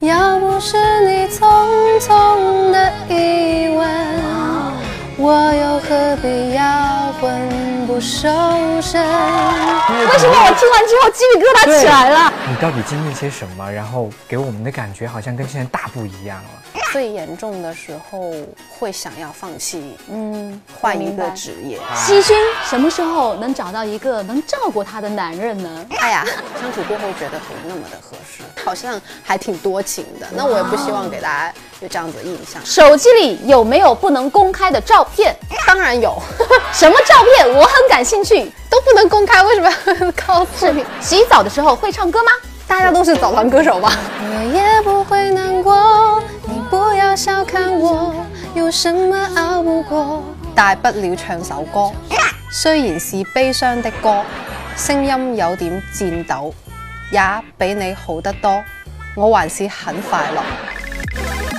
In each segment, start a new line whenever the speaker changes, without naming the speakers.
要不是你匆匆的一吻，我又何必要魂不守身？
为什么我听完之后鸡皮疙瘩起来了？
你到底经历些什么？然后给我们的感觉好像跟之前大不一样了。
最严重的时候会想要放弃，
嗯，
换
我
一
明
个
白
职业。
希君什么时候能找到一个能照顾她的男人呢？
哎呀，相处过后觉得不那么的合适，好像还挺多情的。那我也不希望给大家有这样子的印象。
手机里有没有不能公开的照片？
当然有，
什么照片？我很感兴趣。
都不能公开，为什么要告诉？
视 频洗澡的时候会唱歌吗？
大家都是澡堂歌手吧？
我也不会难过，你不要小看我，有什么熬不过？
大不了唱首歌，雖然是悲傷的歌，聲音有點顫抖，也比你好得多。我還是很快樂。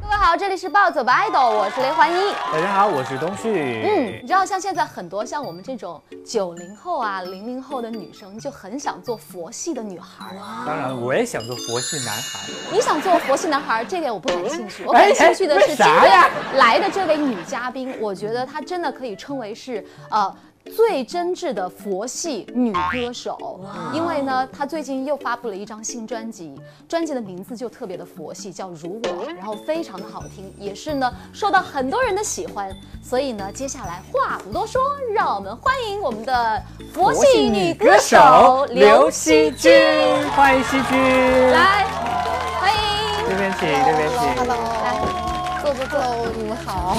各位好，这里是暴走吧 idol，我是雷环一。
大家好，我是东旭。
嗯，你知道像现在很多像我们这种九零后啊、零零后的女生，就很想做佛系的女孩儿。
当然我也想做佛系男孩。
你想做佛系男孩儿，这点我不感兴趣。我
哎
感兴趣的是
为
今
啥
天
呀
来的这位女嘉宾，我觉得她真的可以称为是呃。最真挚的佛系女歌手，因为呢，她最近又发布了一张新专辑，专辑的名字就特别的佛系，叫《如我》，然后非常的好听，也是呢受到很多人的喜欢。所以呢，接下来话不多说，让我们欢迎我们的佛系女歌手刘惜君，，
欢迎惜君。
来，欢迎。
这边请，这边请。
哎来，坐坐坐，你们好。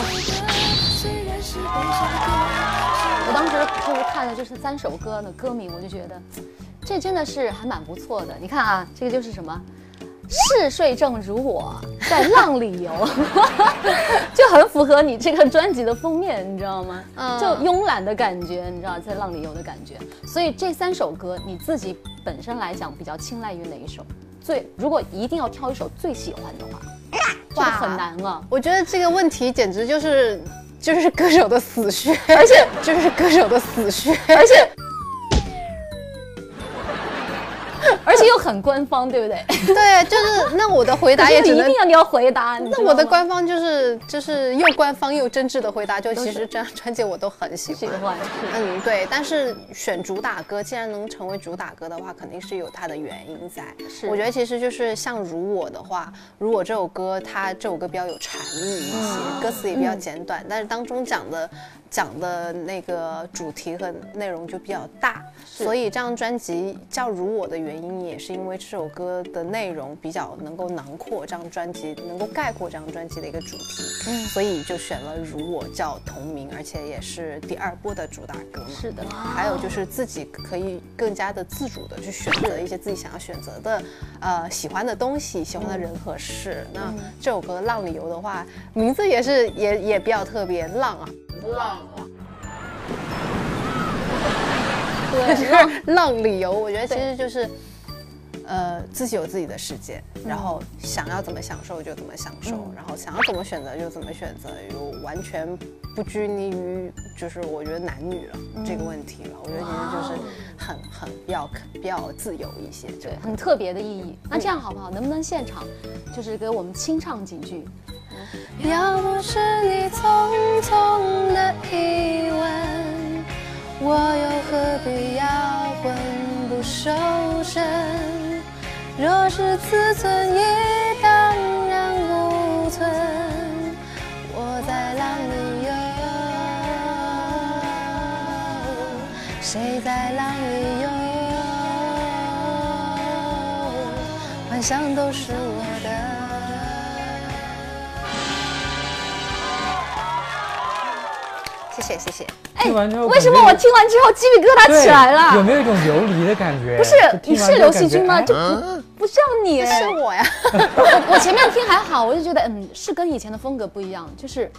我当时就是看了这是三首歌的歌名，我就觉得这真的是还蛮不错的。你看啊，这个就是什么？嗜睡症如我在浪里游， 就很符合你这个专辑的封面，你知道吗？
嗯
就慵懒的感觉，你知道，在浪里游的感觉。所以这三首歌，你自己本身来讲比较青睐于哪一首？最如果一定要挑一首最喜欢的话，这个很难啊。
我觉得这个问题简直就是就是歌手的死穴，而且 就是歌手的死穴，而且
而且又很官方，对 不对？
对，就是那我的回答
但是
也
你
只
一
能
定。要你要回答。你知道
那
吗
我的官方就是就是又官方又真挚的回答，就其
都
实这张专辑我都很喜
喜
欢。
欢是
嗯，对，但是选主打歌，既然能成为主打歌的话，肯定是有它的原因在。
是
我觉得其实就是像《如我》的话，《如我》这首歌，它这首歌比较有禅意一些，
嗯
歌词也比较简短，但是当中讲的讲的那个主题和内容就比较大，所以这张专辑叫《如我》的原因，也是因为这首歌的内容比较能够囊括这张专辑，能够概括这张专辑的一个主题，所以就选了《如我》叫同名，而且也是第二波的主打歌嘛。
是的，
还有就是自己可以更加的自主的去选择一些自己想要选择的，呃，喜欢的东西、喜欢的人和事。那这首歌《浪里游》的话，名字也是也也比较特别，浪啊，
对，
浪里游，我觉得其实就是，呃，自己有自己的世界，
嗯
然后想要怎么享受就怎么享受，然后想要怎么选择就怎么选择，有完全不拘泥于就是我觉得男女了、
嗯
这个问题了。我觉得其实就是很很比 较比较自由一些，就
对，很特别的意义。那这样好不好？能不能现场就是给我们清唱几句？
要不是你匆匆的一吻，我又何必要魂不守身？若是自尊已荡然无存，我在浪里游，谁在浪里游？幻想都是我的。
谢谢谢谢。
哎，
听完之后
为什么我听完之后鸡皮疙瘩
哦对
起来
有
了？
没有一种游离的感觉？不
不是，你是刘惜
啊
君吗？就不不像你。哎
是我 呀，
我我前面听还好，我就觉得嗯，是跟以前的风格不一样，就是。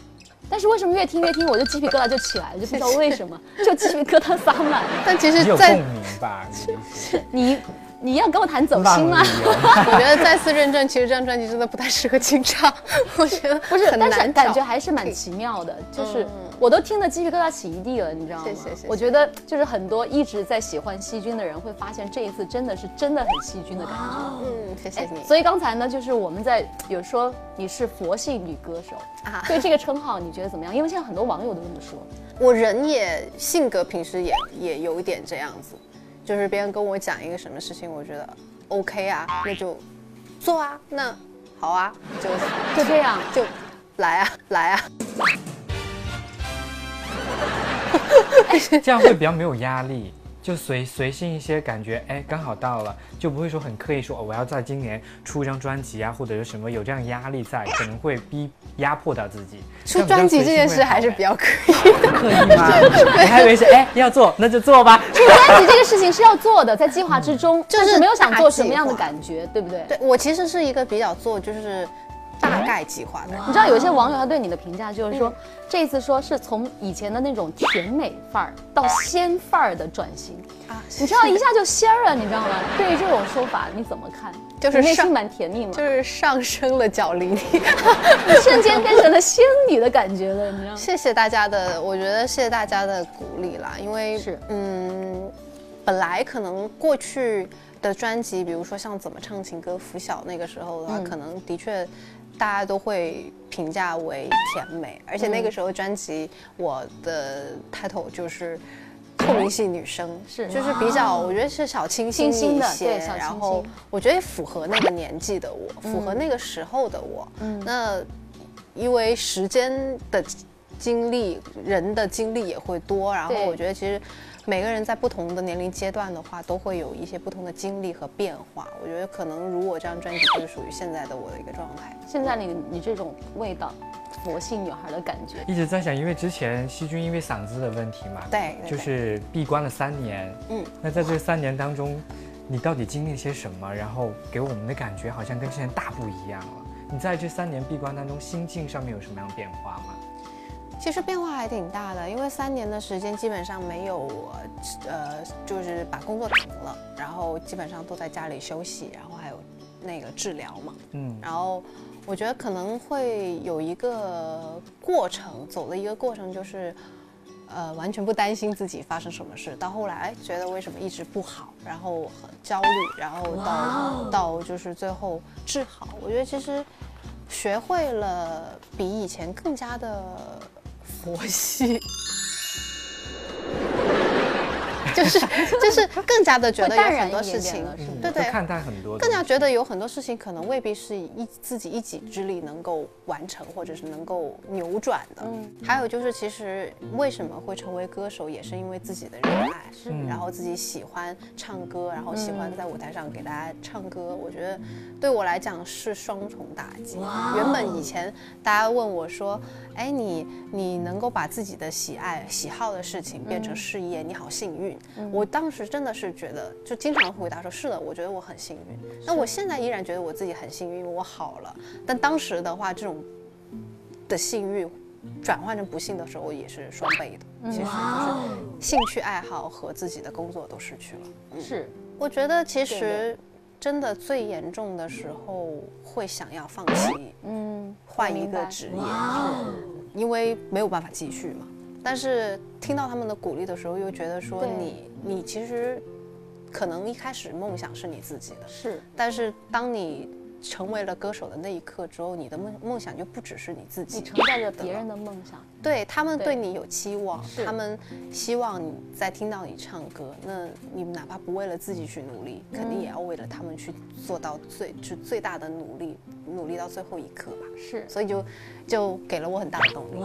但是为什么越听越听我就鸡皮疙瘩就起来了，就不知道为什么，就鸡皮疙瘩撒满了。
但其实
哎你有
在
共鸣吧？你
你你要跟我谈走心
浪
吗？
里游，
我觉得再次认证，其实这张专辑真的不太适合清唱， 我觉得
不是，
很
但是
难
感觉
找嗯
还是蛮奇妙的，就是我都听得鸡皮疙瘩起一地了，你知道吗？
谢谢谢谢
我觉得就是很多一直在喜欢细菌的人会发现，这一次真的是真的很细菌的感觉。
嗯，谢谢
哎
你。
所以刚才呢，就是我们在有说你是佛系女歌手
啊
对这个称号你觉得怎么样？因为现在很多网友都这么 说。
我人也性格平时也也有一点这样子，就是别人跟我讲一个什么事情，我觉得 OK 啊，那就做啊，那好啊，就
就这样，
就来啊来啊。
这样会比较没有压力，就随随性一些，感觉哎刚好到了，就不会说很刻意说、哦、我要在今年出一张专辑啊，或者是什么有这样压力在，可能会逼压迫到自己。
出专辑这件事还是比
较
较可以的。
刻意吗？ 我还以为是哎要做那就做吧，
出专辑这个事情是要做的，在计划之中，
嗯就是
但是没有想
大
做什么
计
样的
划
感觉，对不对？
对我其实是一个比较做就是大概计划的人，
你知道有一些网友他对你的评价就是
嗯
说，这一次说是从以前的那种甜美范儿到仙范儿的转型，
啊，
你知道一下就仙儿了，你知道吗？对于这种说法你怎么看？
就是
你内
上
心蛮甜蜜嘛，
就是上升了脚离你。
瞬间变成了仙女的感觉了，你 知道吗？
谢谢大家的，我觉得谢谢大家的鼓励啦，因为
是
嗯，本来可能过去的专辑，比如说像怎么唱情歌、拂晓那个时候
嗯
的话，可能的确大家都会评价为甜美，
嗯
而且那个时候专辑我的 title 就是。透明系女生
是啊
就是比较，我觉得是小清新
清新
一
的
些
对小，
然
清
后
新
我觉得也符合那个年纪的我，符
嗯
合那个时候的我。那因为时间的经历，人的经历也会多，然后
对
我觉得其实每个人在不同的年龄阶段的话，都会有一些不同的经历和变化。我觉得可能如果这张专辑就是属于现在的我的一个状态。
现在你你这种味道，佛系女孩的感觉，
一直在想，因为之前细菌因为嗓子的问题嘛，
对对
就是闭关了三年，
嗯
嗯，那在这三年当中，你到底经历些什么？然后给我们的感觉好像跟之前大不一样了。你在这三年闭关当中，心境上面有什么样的变化吗？
其实变化还挺大的，因为三年的时间基本上没有呃呃，就是把工作停了，然后基本上都在家里休息，然后还有那个治疗嘛。
嗯，
然后我觉得可能会有一个过程，走的一个过程就是，呃，完全不担心自己发生什么事，到后来哎觉得为什么一直不好，然后很焦虑，然后到、
哦
到就是最后治好。我觉得其实学会了比以前更加的佛 系。就是就是更加的觉得有
会淡然
很多
一点
事
点
情
了是吗，
嗯对对，
会看淡很多，
更加觉得有很多事情可能未必是一自己一己之力能够完成，或者是能够扭转的。还有就是，其实为什么会成为歌手，也是因为自己的热爱，然后自己喜欢唱歌，然后喜欢在舞台上给大家唱歌。我觉得对我来讲是双重打击。原本以前大家问我说：“哎，你你能够把自己的喜爱喜好的事情变成
嗯
事业，你好幸运。”我当时真的是觉得，就经常回答说：“是的，我觉得我很幸运。”那我现在依然觉得我自己很幸运，因为我好了。但当时的话，这种的幸运转换成不幸的时候，也是双倍
嗯
的。其实
哦
就是兴趣爱好和自己的工作都失去了。
是
我觉得其
对
实真的最严重的时候，会想要放弃，
嗯，
换一
明
个
白
职业，哦因为没有办法继续嘛。但是听到他们的鼓励的时候，又觉得说
对
你你其实可能一开始梦想是你自己的，
是
但是当你成为了歌手的那一刻之后，你的梦梦想就不只是你自己
你
的了，
承载着别人的梦想，
对他们
对
对你有期望，
是
他们希望你在听到你唱歌，那你哪怕不为了自己去努力，
嗯
肯定也要为了他们去做到最就最大的努力，努力到最后一刻吧。
是
所以就就给了我很大的动力。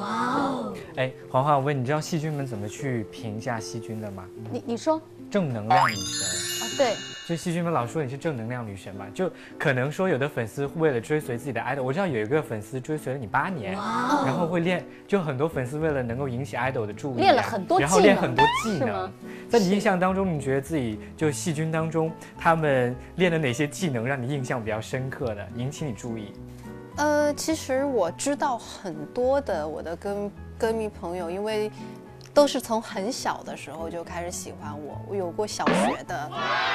哎，黄华，我问你，你知道细菌们怎么去评价细菌的吗？
你你说
正能量女神。
啊，对，
就细菌们老说你是正能量女神嘛，就可能说有的粉丝为了追随自己的 idol，我知道有一个粉丝追随了你八年，
哦
然后会练，就很多粉丝为了能够引起 idol 的注意啊、
练了很多
然后
技
练
能
很多技
是吗
能。在你印象当中，你觉得自己就细菌当中，他们练的哪些技能让你印象比较深刻的，引起你注意？
呃，其实我知道很多的我的歌歌迷朋友，因为都是从很小的时候就开始喜欢我。我有过小学的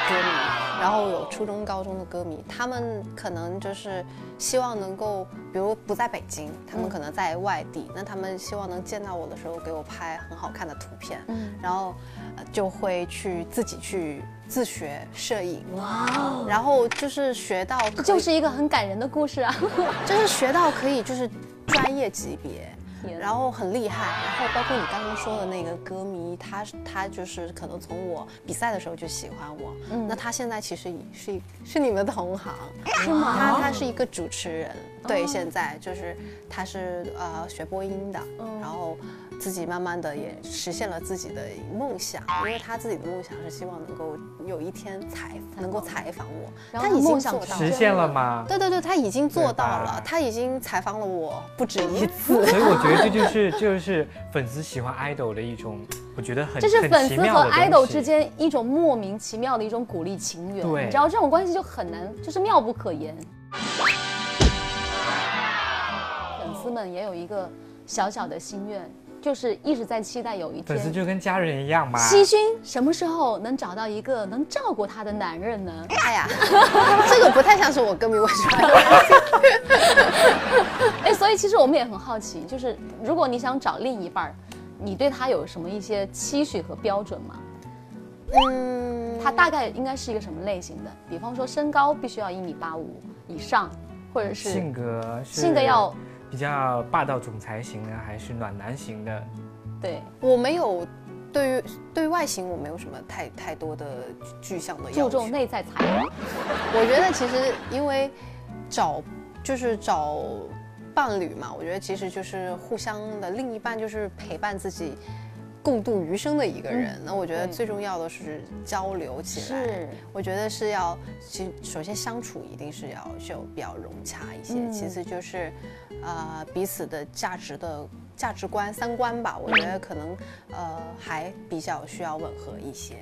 歌迷，然后有初中、高中的歌迷，他们可能就是希望能够，比如不在北京，他们可能在外地，那他们希望能见到我的时候给我拍很好看的图片，然后呃就会去自己去自学摄影，哇，然后就是学到可以
就是一个很感人的故事啊。
就是学到可以就是专业级别
天，哪
然后很厉害，然后包括你刚刚说的那个歌迷，他他就是可能从我比赛的时候就喜欢我，
嗯
那他现在其实已是是你们的同行，是吗？他他是一个主持人，
哦
对，现在就是他是呃学播音的，
哦
然后。自己慢慢的也实现了自己的梦想，因为他自己的梦想是希望能够有一天采能够采访我，
然后
已
梦
经
想
做
成
到
实
了。
现了吗？
对对对，他已经做到
对
了
吧，
他已经采访了我不止一次。
所以我觉得这就是 就是粉丝喜欢 idol 的一种，我觉得很
这是
很
粉
奇
丝
妙
和
的
idol
东西
之间一种莫名其妙的一种鼓励情缘，
对
你知道这种关系就很难，就是妙不可言。粉丝们也有一个小小的心愿，就是一直在期待有一
粉丝
天。
就啊跟家人一样嘛。
西勋什么时候能找到一个能照顾他的男人呢？
哎呀，这个不太像是我歌迷问出来的。
哎，所以其实我们也很好奇，就是如果你想找另一半儿，你对他有什么一些期许和标准吗？
嗯，
他大概应该是一个什么类型的？比方说身高必须要一米八五以上，或者是
性格是
性格要
比较霸道总裁型的，还是暖男型的？
对
我没有对于对于外形我没有什么太太多的具象的要
注
求
重。内在才华。
我觉得其实因为找就是找伴侣嘛，我觉得其实就是互相的另一半就是陪伴自己。共度余生的一个人，那我觉得
嗯对
最重要的是交流起来，
是
我觉得是要，其实首先相处一定是要是有比较融洽一些，
嗯
其次就是，呃，彼此的价值的价值观、三观吧，我觉得可能呃还比较需要吻合一些。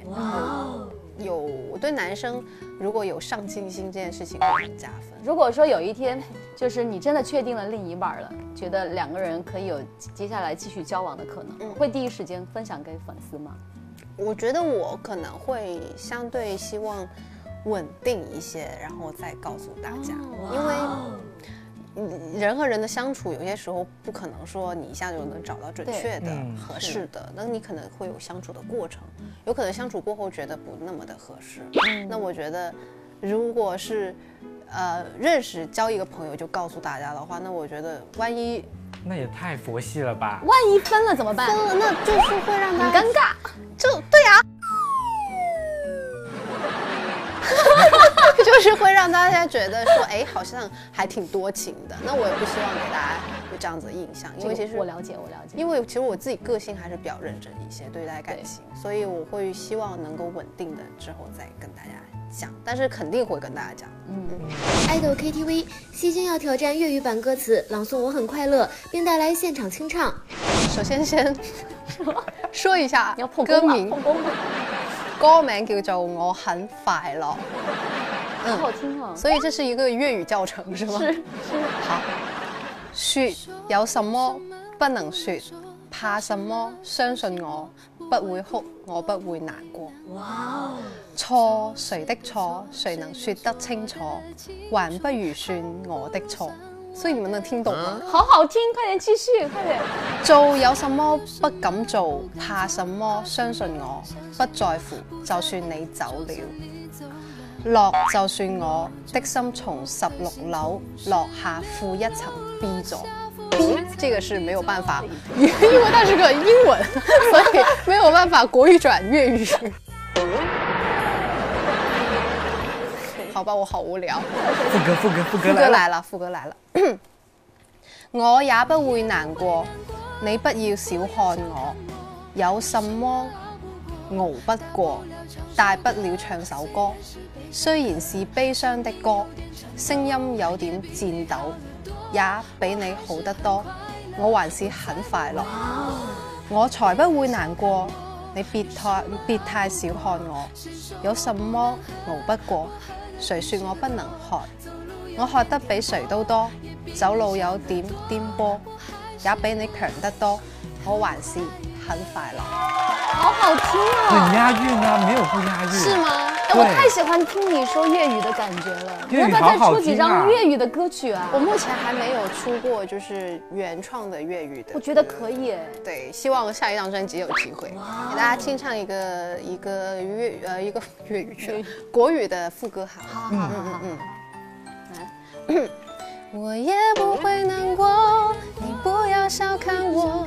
有我对男生如果有上进心这件事情会很加分。
如果说有一天，就是你真的确定了另一半了，觉得两个人可以有接下来继续交往的可能，
嗯
会第一时间分享给粉丝吗？
我觉得我可能会相对希望稳定一些，然后再告诉大家，
哦
因为。
哦
嗯人和人的相处，有些时候不可能说你一下就能找到准确的
对、嗯
合适的，那你可能会有相处的过程，有可能相处过后觉得不那么的合适。那我觉得，如果是呃认识交一个朋友就告诉大家的话，那我觉得万一
那也太佛系了吧！
万一分了怎么办？
分了，那就是会让
很
他
尴尬。
就对啊，就是会让大家觉得说，哎，好像还挺多情的。那我也不希望给大家有这样子的印象，因为其
这
实
个我了解，我了解。
因为其实我自己个性还是比较认真一些，对待感情，所以我会希望能够稳定的之后再跟大家讲，但是肯定会跟大家讲。
爱豆 KTV，西君要挑战粤语版歌词，朗诵《我很快乐》，并带来现场清唱。
嗯首先 先说一下
你要碰
歌
宫吗？
名
碰，宫吗？
歌名叫做《我很快乐》，
好好听哦。
所以这是一个粤语教程是吗？
是是，
说有什么不能说，怕什么？相信我，不会哭，我不会难过。
哦
错谁的错，谁能说得清楚？还不如算我的错。所以你们能听懂吗？
啊好好听，快点继续，快点。
做有什么不敢做，怕什么？相信我，不在乎，就算你走了。落就算我的心从十六楼落下负一层 B 咗，B 这个是没有办法，因为它是个英文，所以没有办法国语转粤语。 好吧，我好无聊。
副歌，副歌，副歌
副歌
来了！
来啦，副歌来啦。我也不會難過，你不要小看我，有什麼熬不過，大不了唱首歌，雖然是悲傷的歌，聲音有點顫抖，也比你好得多，我還是很快樂。我才不會難過，你別太別太小看我，有什麼熬不過，誰說我不能學？我學得比誰都多，走路有點顛簸，也比你強得多，我還是很快乐。
好好听啊！
很押韵啊，没有不押韵。
是？吗？哎，
对
我太喜欢听你说粤语的感觉了。你
粤
要
语
不要
好
再
好
出几
听啊
张粤语的歌曲啊？
我目前还没有出过就是原创的粤语的，
我觉得可以哎。
对，希望下一张专辑有机会给大家清唱一个一个粤 呃一个粤语去了国语的副歌好了。
好好好好，
我也不会难过，你不要小看我，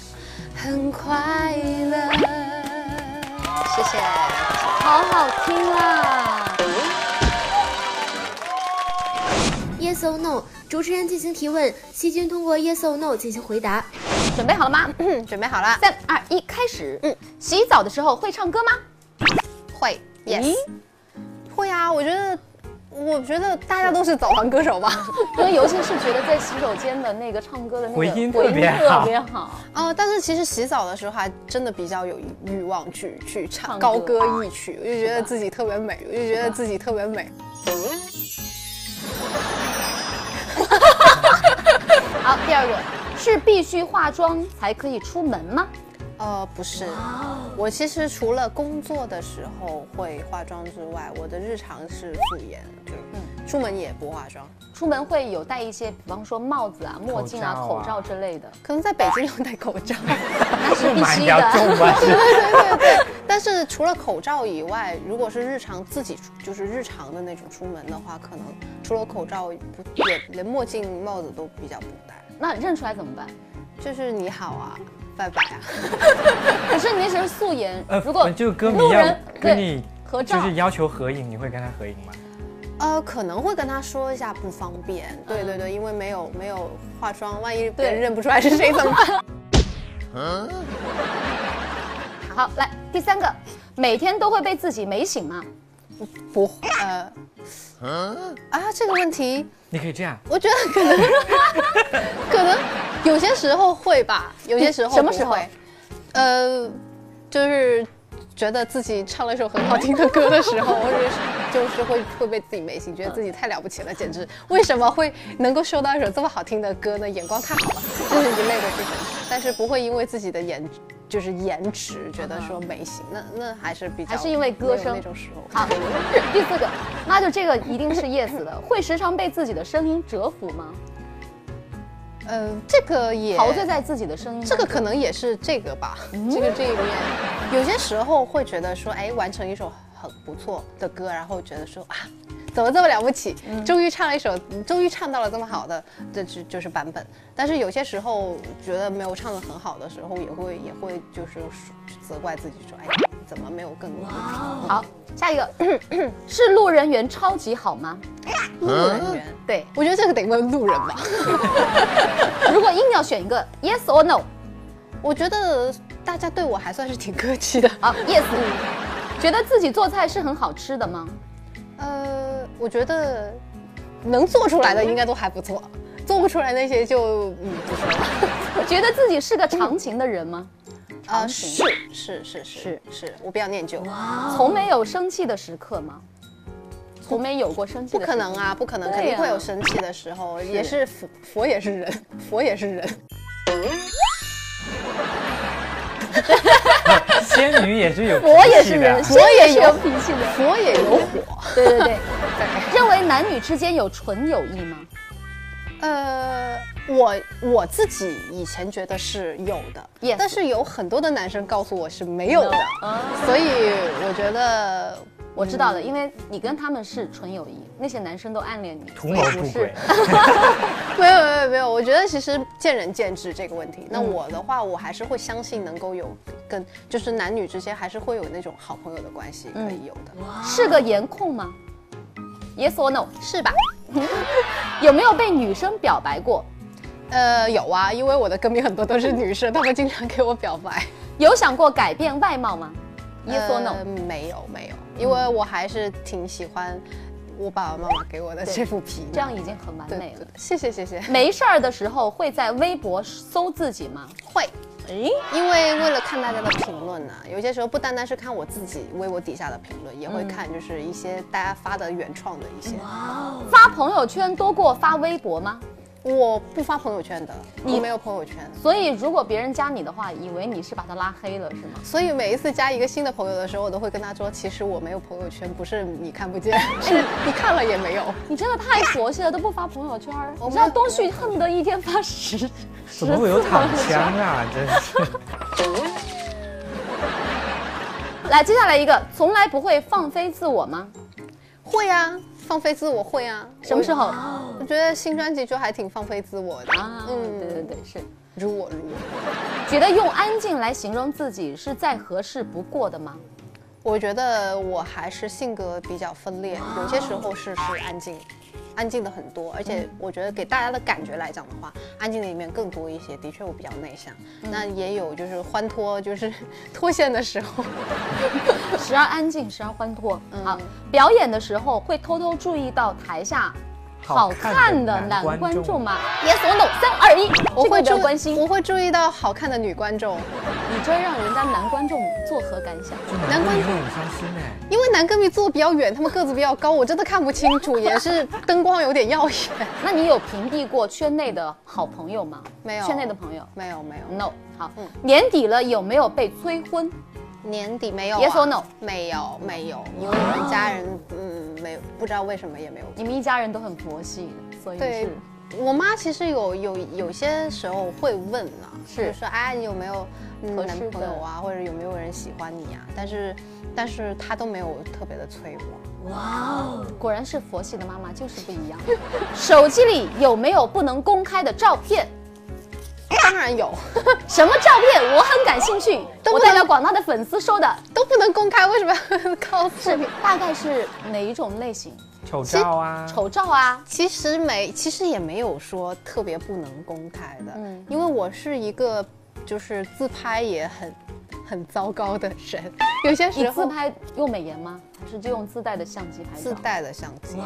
很快乐。
谢谢。
好好听啊！
Yes or No，主持人进行提问，细菌通过 Yes or No 进行回答。
准备好了吗？
嗯，准备好了。
三二一，开始。嗯，洗澡的时候会唱歌吗？
会
咦
，yes，会啊。我觉得，我觉得大家都是澡堂歌手吧。
因为尤其是觉得在洗手间的那个唱歌的那个
回音特别
特
好
别好。
哦，但是其实洗澡的时候还真的比较有欲望去去唱
唱
高
歌啊
歌一曲，我就觉得自己特别美，我就觉得自己特别美。
好，第二个是必须化妆才可以出门吗？
呃，不是，
哦
我其实除了工作的时候会化妆之外，我的日常是素颜，就
嗯
出门也不化妆。
出门会有戴一些，比方说帽子啊、墨镜啊、口
口罩啊
罩之类的，
可能在北京要戴口 罩，
那是必
蛮
须
比较重
的。
吧？是
但是除了口罩以外，如果是日常自己出就是日常的那种出门的话，可能除了口罩不也连墨镜、帽子都比较不戴，
那认出来怎么办？
就是你好啊，拜拜啊。
可是你那时候素颜
呃，，
如果
就是歌迷
路
要
人
跟
对
你
合
就
照
是要求合影，你会跟他合影吗？
呃，可能会跟他说一下不方便，对对对，因为没有没有化妆，万一别人
嗯对
认不出来是谁怎么 办？
好，来第三个，每天都会被自己美醒吗？
不，呃，啊，这个问题，
你可以这样，
我觉得可能 可能有些时候会吧，有些时候
什么时
不
候
会？呃，就是觉得自己唱了一首很好听的歌的时候，或者是就是会会被自己美醒，觉得自己太了不起了，简直为什么会能够收到一首这么好听的歌呢？眼光太好了，就是一类的事情。但是不会因为自己的颜就是颜值觉得说美型，那那还是比较
还是因为歌声
没有那种时候。
好，第四个，那就这个一定是 yes 的。会时常被自己的声音折服吗？
呃，这个也
陶醉在自己的声音，
这个可能也是这个吧，这个这一面，有些时候会觉得说，哎，完成一首很不错的歌，然后觉得说啊，怎么这么了不起，终于唱了一首，终于唱到了这么好的，这就就是版本。但是有些时候觉得没有唱的很好的时候，也会也会就是责怪自己说，哎，怎么没有更努力？
好。下一个 是路人缘超级好吗？
哎路人缘，
对，
我觉得这个得问路人吧。
如果硬要选一个 yes or no
我觉得大家对我还算是挺客气的，
啊 yes，觉得自己做菜是很好吃的吗？
呃，我觉得能做出来的应该都还不错，做不出来那些就嗯不说了。
觉得自己是个长情的人吗？
啊，
长
是
情
是是是
是
是，我比较念旧，
从没有生气的时刻吗？从没有过生气
不
的时刻
可能啊，不可能，
对
肯定会
呀
有生气的时候，也是佛佛也是人，佛也是人。
仙女也是 有
我也
脾
是
气的
人，
啊
我也是有脾气的。
佛也有火，
对对对， 认为男女之间有纯友谊吗？
呃，我我自己以前觉得是有的
Yes
但是有很多的男生告诉我是没有的
No 啊
所以我觉得
我知道的，因为你跟他们是纯友谊，那些男生都暗恋你，
图谋
所以
不
不是
轨。
没有没有没有，我觉得其实见仁见智这个问题。那
嗯
我的话，我还是会相信能够有跟就是男女之间还是会有那种好朋友的关系可以有的，
是个颜控吗？Yes or no？
是吧？
有没有被女生表白过？
呃，有 啊，因为我的歌迷很多都是女生，她们经常给我表白。
有想过改变外貌吗？ ？Yes or no？
呃没有没有，因为我还是挺喜欢我爸爸妈妈给我的这副皮，
这样已经很完
对
美
对
了。
谢谢谢谢。
没事儿的时候会在微博搜自己吗？
会，
诶，
因为为了看大家的评论呢、有些时候不单单是看我自己微博底下的评论，也
嗯
会看就是一些大家发的原创的一些。
发朋友圈多过发微博吗？
我不发朋友圈的，我没有朋友圈，
所以如果别人加你的话，以为你是把他拉黑了是吗？
所以每一次加一个新的朋友的时候，我都会跟他说，其实我没有朋友圈，不是你看不 见，是你看了也没有。
你真的太佛系了，都不发朋友圈儿。
我
你知道
们
东旭恨不得一天发十十
怎么会有
次
躺
朋友圈
枪啊？真是，
来，接下来一个，从来不会放飞自我吗？
会啊，放飞自我会啊。
什么时候？
我？我觉得新专辑就还挺放飞自我的。
啊，
嗯
对对对，是。
如我如我，
觉得用安静来形容自己是再合适不过的吗？
我觉得我还是性格比较分裂，有些时候是是安静，安静的很多，而且我觉得给大家的感觉来讲的话，安静的一面更多一些。的确，我比较内向，
嗯
那也有就是欢脱，就是 脱线的时候。
时而安静，时而欢脱。好，表演的时候会偷偷注意到台下好
好看
看
的
的男
男观
观
众
众吗？Yes or no？三二一，这个比较
注
关心。
我会注意到好看的女观众，
你这让人家男观众作何感想？
就
难
难
怪
怪你会很伤心哎。
因为男歌迷坐得比较远，他们个子比较高，我真的看不清楚，也是灯光有点耀眼。
那你有屏蔽过圈内的好朋友吗？
没有
圈内的朋友
没有没有，
，no。好
嗯，
年底了，有没有被催婚？
年底没有、啊
Yes or no？
没有，没有，因为我们家人，嗯，没有，不知道为什么也没有。
你们一家人都很佛系，所以
对
嗯是。，
我妈其实有有有些时候会问啊，
是
就说哎，你有没有嗯
合适
男
的
朋友啊，或者有没有人喜欢你啊？但是，但是她都没有特别的催我。
果然是佛系的妈妈就是不一样。 手机里有没有不能公开的照片？哎
当然有，
什么照片？我很感兴趣。
都不
我
能
代表广大的粉丝说的，
都不能公开，为什么要告诉
是
你？
大概是哪一种类型？
丑照啊，
丑照啊，
其实没，其实也没有说特别不能公开的，
嗯
因为我是一个就是自拍也很很糟糕的人，有些
你
时候
自拍用美颜吗？还是就用自带的相机拍照？
自，带的相机，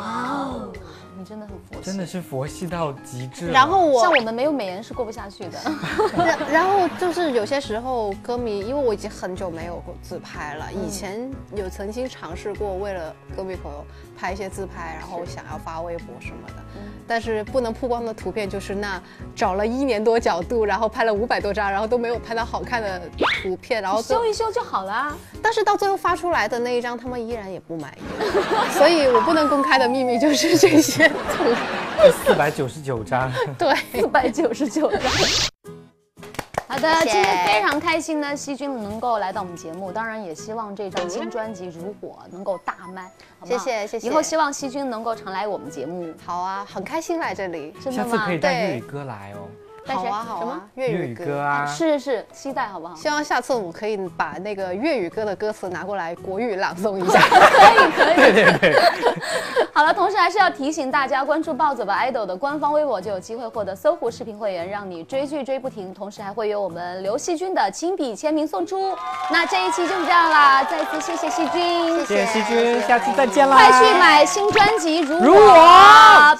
你真的很佛系。
真的是佛系到极致了。
然后我
像我们没有美颜是过不下去 的。
然然后就是有些时候歌迷，因为我已经很久没有自拍了，
嗯
以前有曾经尝试过为了歌迷朋友拍一些自拍，然后想要发微博什么的，
嗯
但是不能曝光的图片就是那找了一年多角度，然后拍了五百多张，然后都没有拍到好看的图片，然后最后
修一修就好 了啊。
但是到最后发出来的那一张，他们依然也不满 意，所以我不能公开的秘密就是这些图，
四百九十九张，
对。
四百九十九张。 好的，
谢谢
今天非常开心呢，希君能够来到我们节目，当然也希望这张新专辑《如火》能够大卖，好不
谢
好
谢谢谢
以后希望希君能够常来我们节目，
好啊，很开心来这里。
真
下
的
次可以
吗？
带
对
粤语歌来哦，
带
好
谁
啊好啊
什么，
粤
粤
语
语
歌
歌。啊，
是是，期待好不好？
希望下次我可以把那个粤语歌的歌词拿过来国语朗诵 一下。
好了，同时还是要提醒大家关注暴走吧 idol 的官方微博，就有机会获得搜狐视频会员，让你追剧追不停。同时还会有我们刘惜君的亲笔签名送出。那这一期就是这样啦，再次谢谢惜君，
谢谢西君，下次再见啦，
快去买新专辑《如
如
我
我》，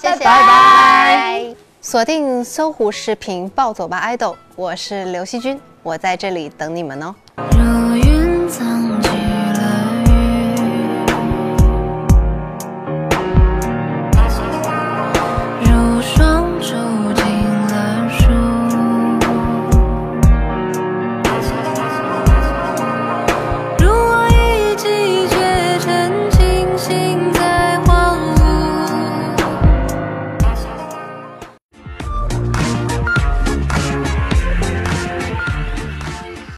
拜
谢谢
拜。
锁定搜狐视频暴走吧 idol，我是刘惜君，我在这里等你们哦。
若云藏着